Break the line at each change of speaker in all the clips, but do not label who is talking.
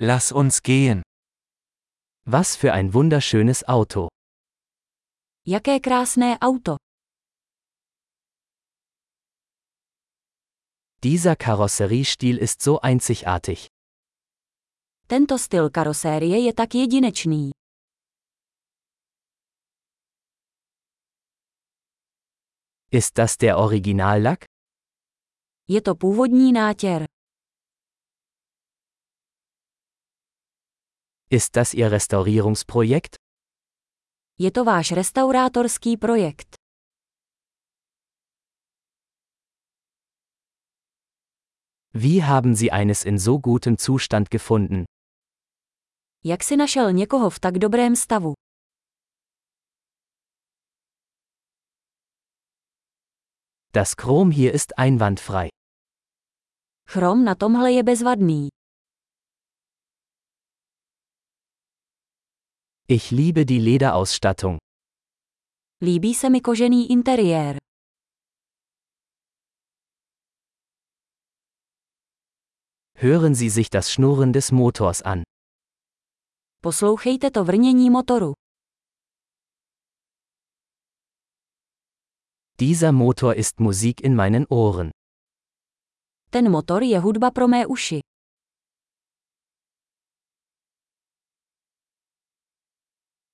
Lass uns gehen. Was für ein wunderschönes Auto.
Jaké krásné auto.
Dieser Karosseriestil ist so einzigartig.
Tento styl karosérie je tak jedinečný.
Ist das der Originallack?
Je to původní nátěr.
Ist das Ihr Restaurierungsprojekt?
Je to váš restaurátorský projekt.
Wie haben Sie eines in so gutem Zustand gefunden?
Jak si našel někoho v tak dobrém stavu?
Das Chrom hier ist einwandfrei.
Chrom na tomhle je bezvadný.
Ich liebe die Lederausstattung.
Líbí se mi kožený interiér.
Hören Sie sich das Schnurren des Motors an.
Poslouchejte to vrnění motoru.
Dieser Motor ist Musik in meinen Ohren.
Ten motor je hudba pro mé uši.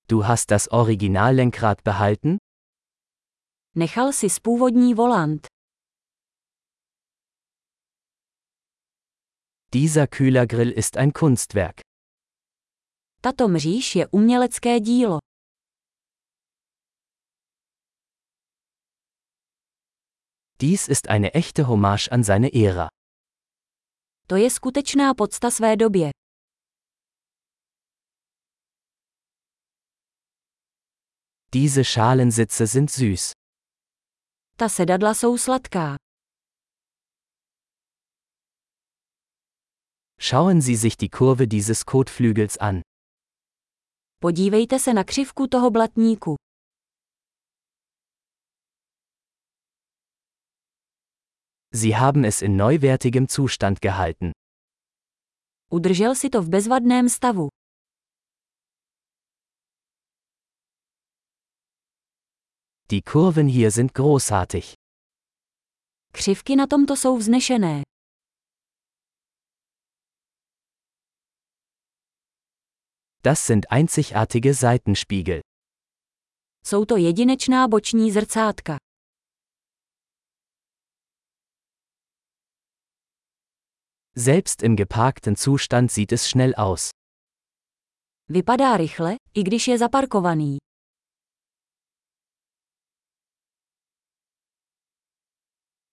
Du hast das Originallenkrad behalten?
Nechal si spůvodní volant.
Dieser Kühlergrill ist ein Kunstwerk.
Tato mříž je umělecké dílo.
Dies ist eine echte Hommage an seine Ära.
To je skutečná podsta své době.
Diese Schalensitze sind süß.
Ta sedadla jsou sladká.
Schauen Sie sich die Kurve dieses Kotflügels an.
Podívejte se na křivku toho blatníku.
Sie haben es in neuwertigem Zustand gehalten.
Udržel si to v bezvadném stavu.
Die Kurven hier sind großartig.
Křivky na tomto jsou vznešené.
Das sind einzigartige Seitenspiegel.
Jsou to jedinečná boční zrcátka.
Selbst im geparkten Zustand sieht es schnell aus.
Vypadá rychle, i když je zaparkovaný.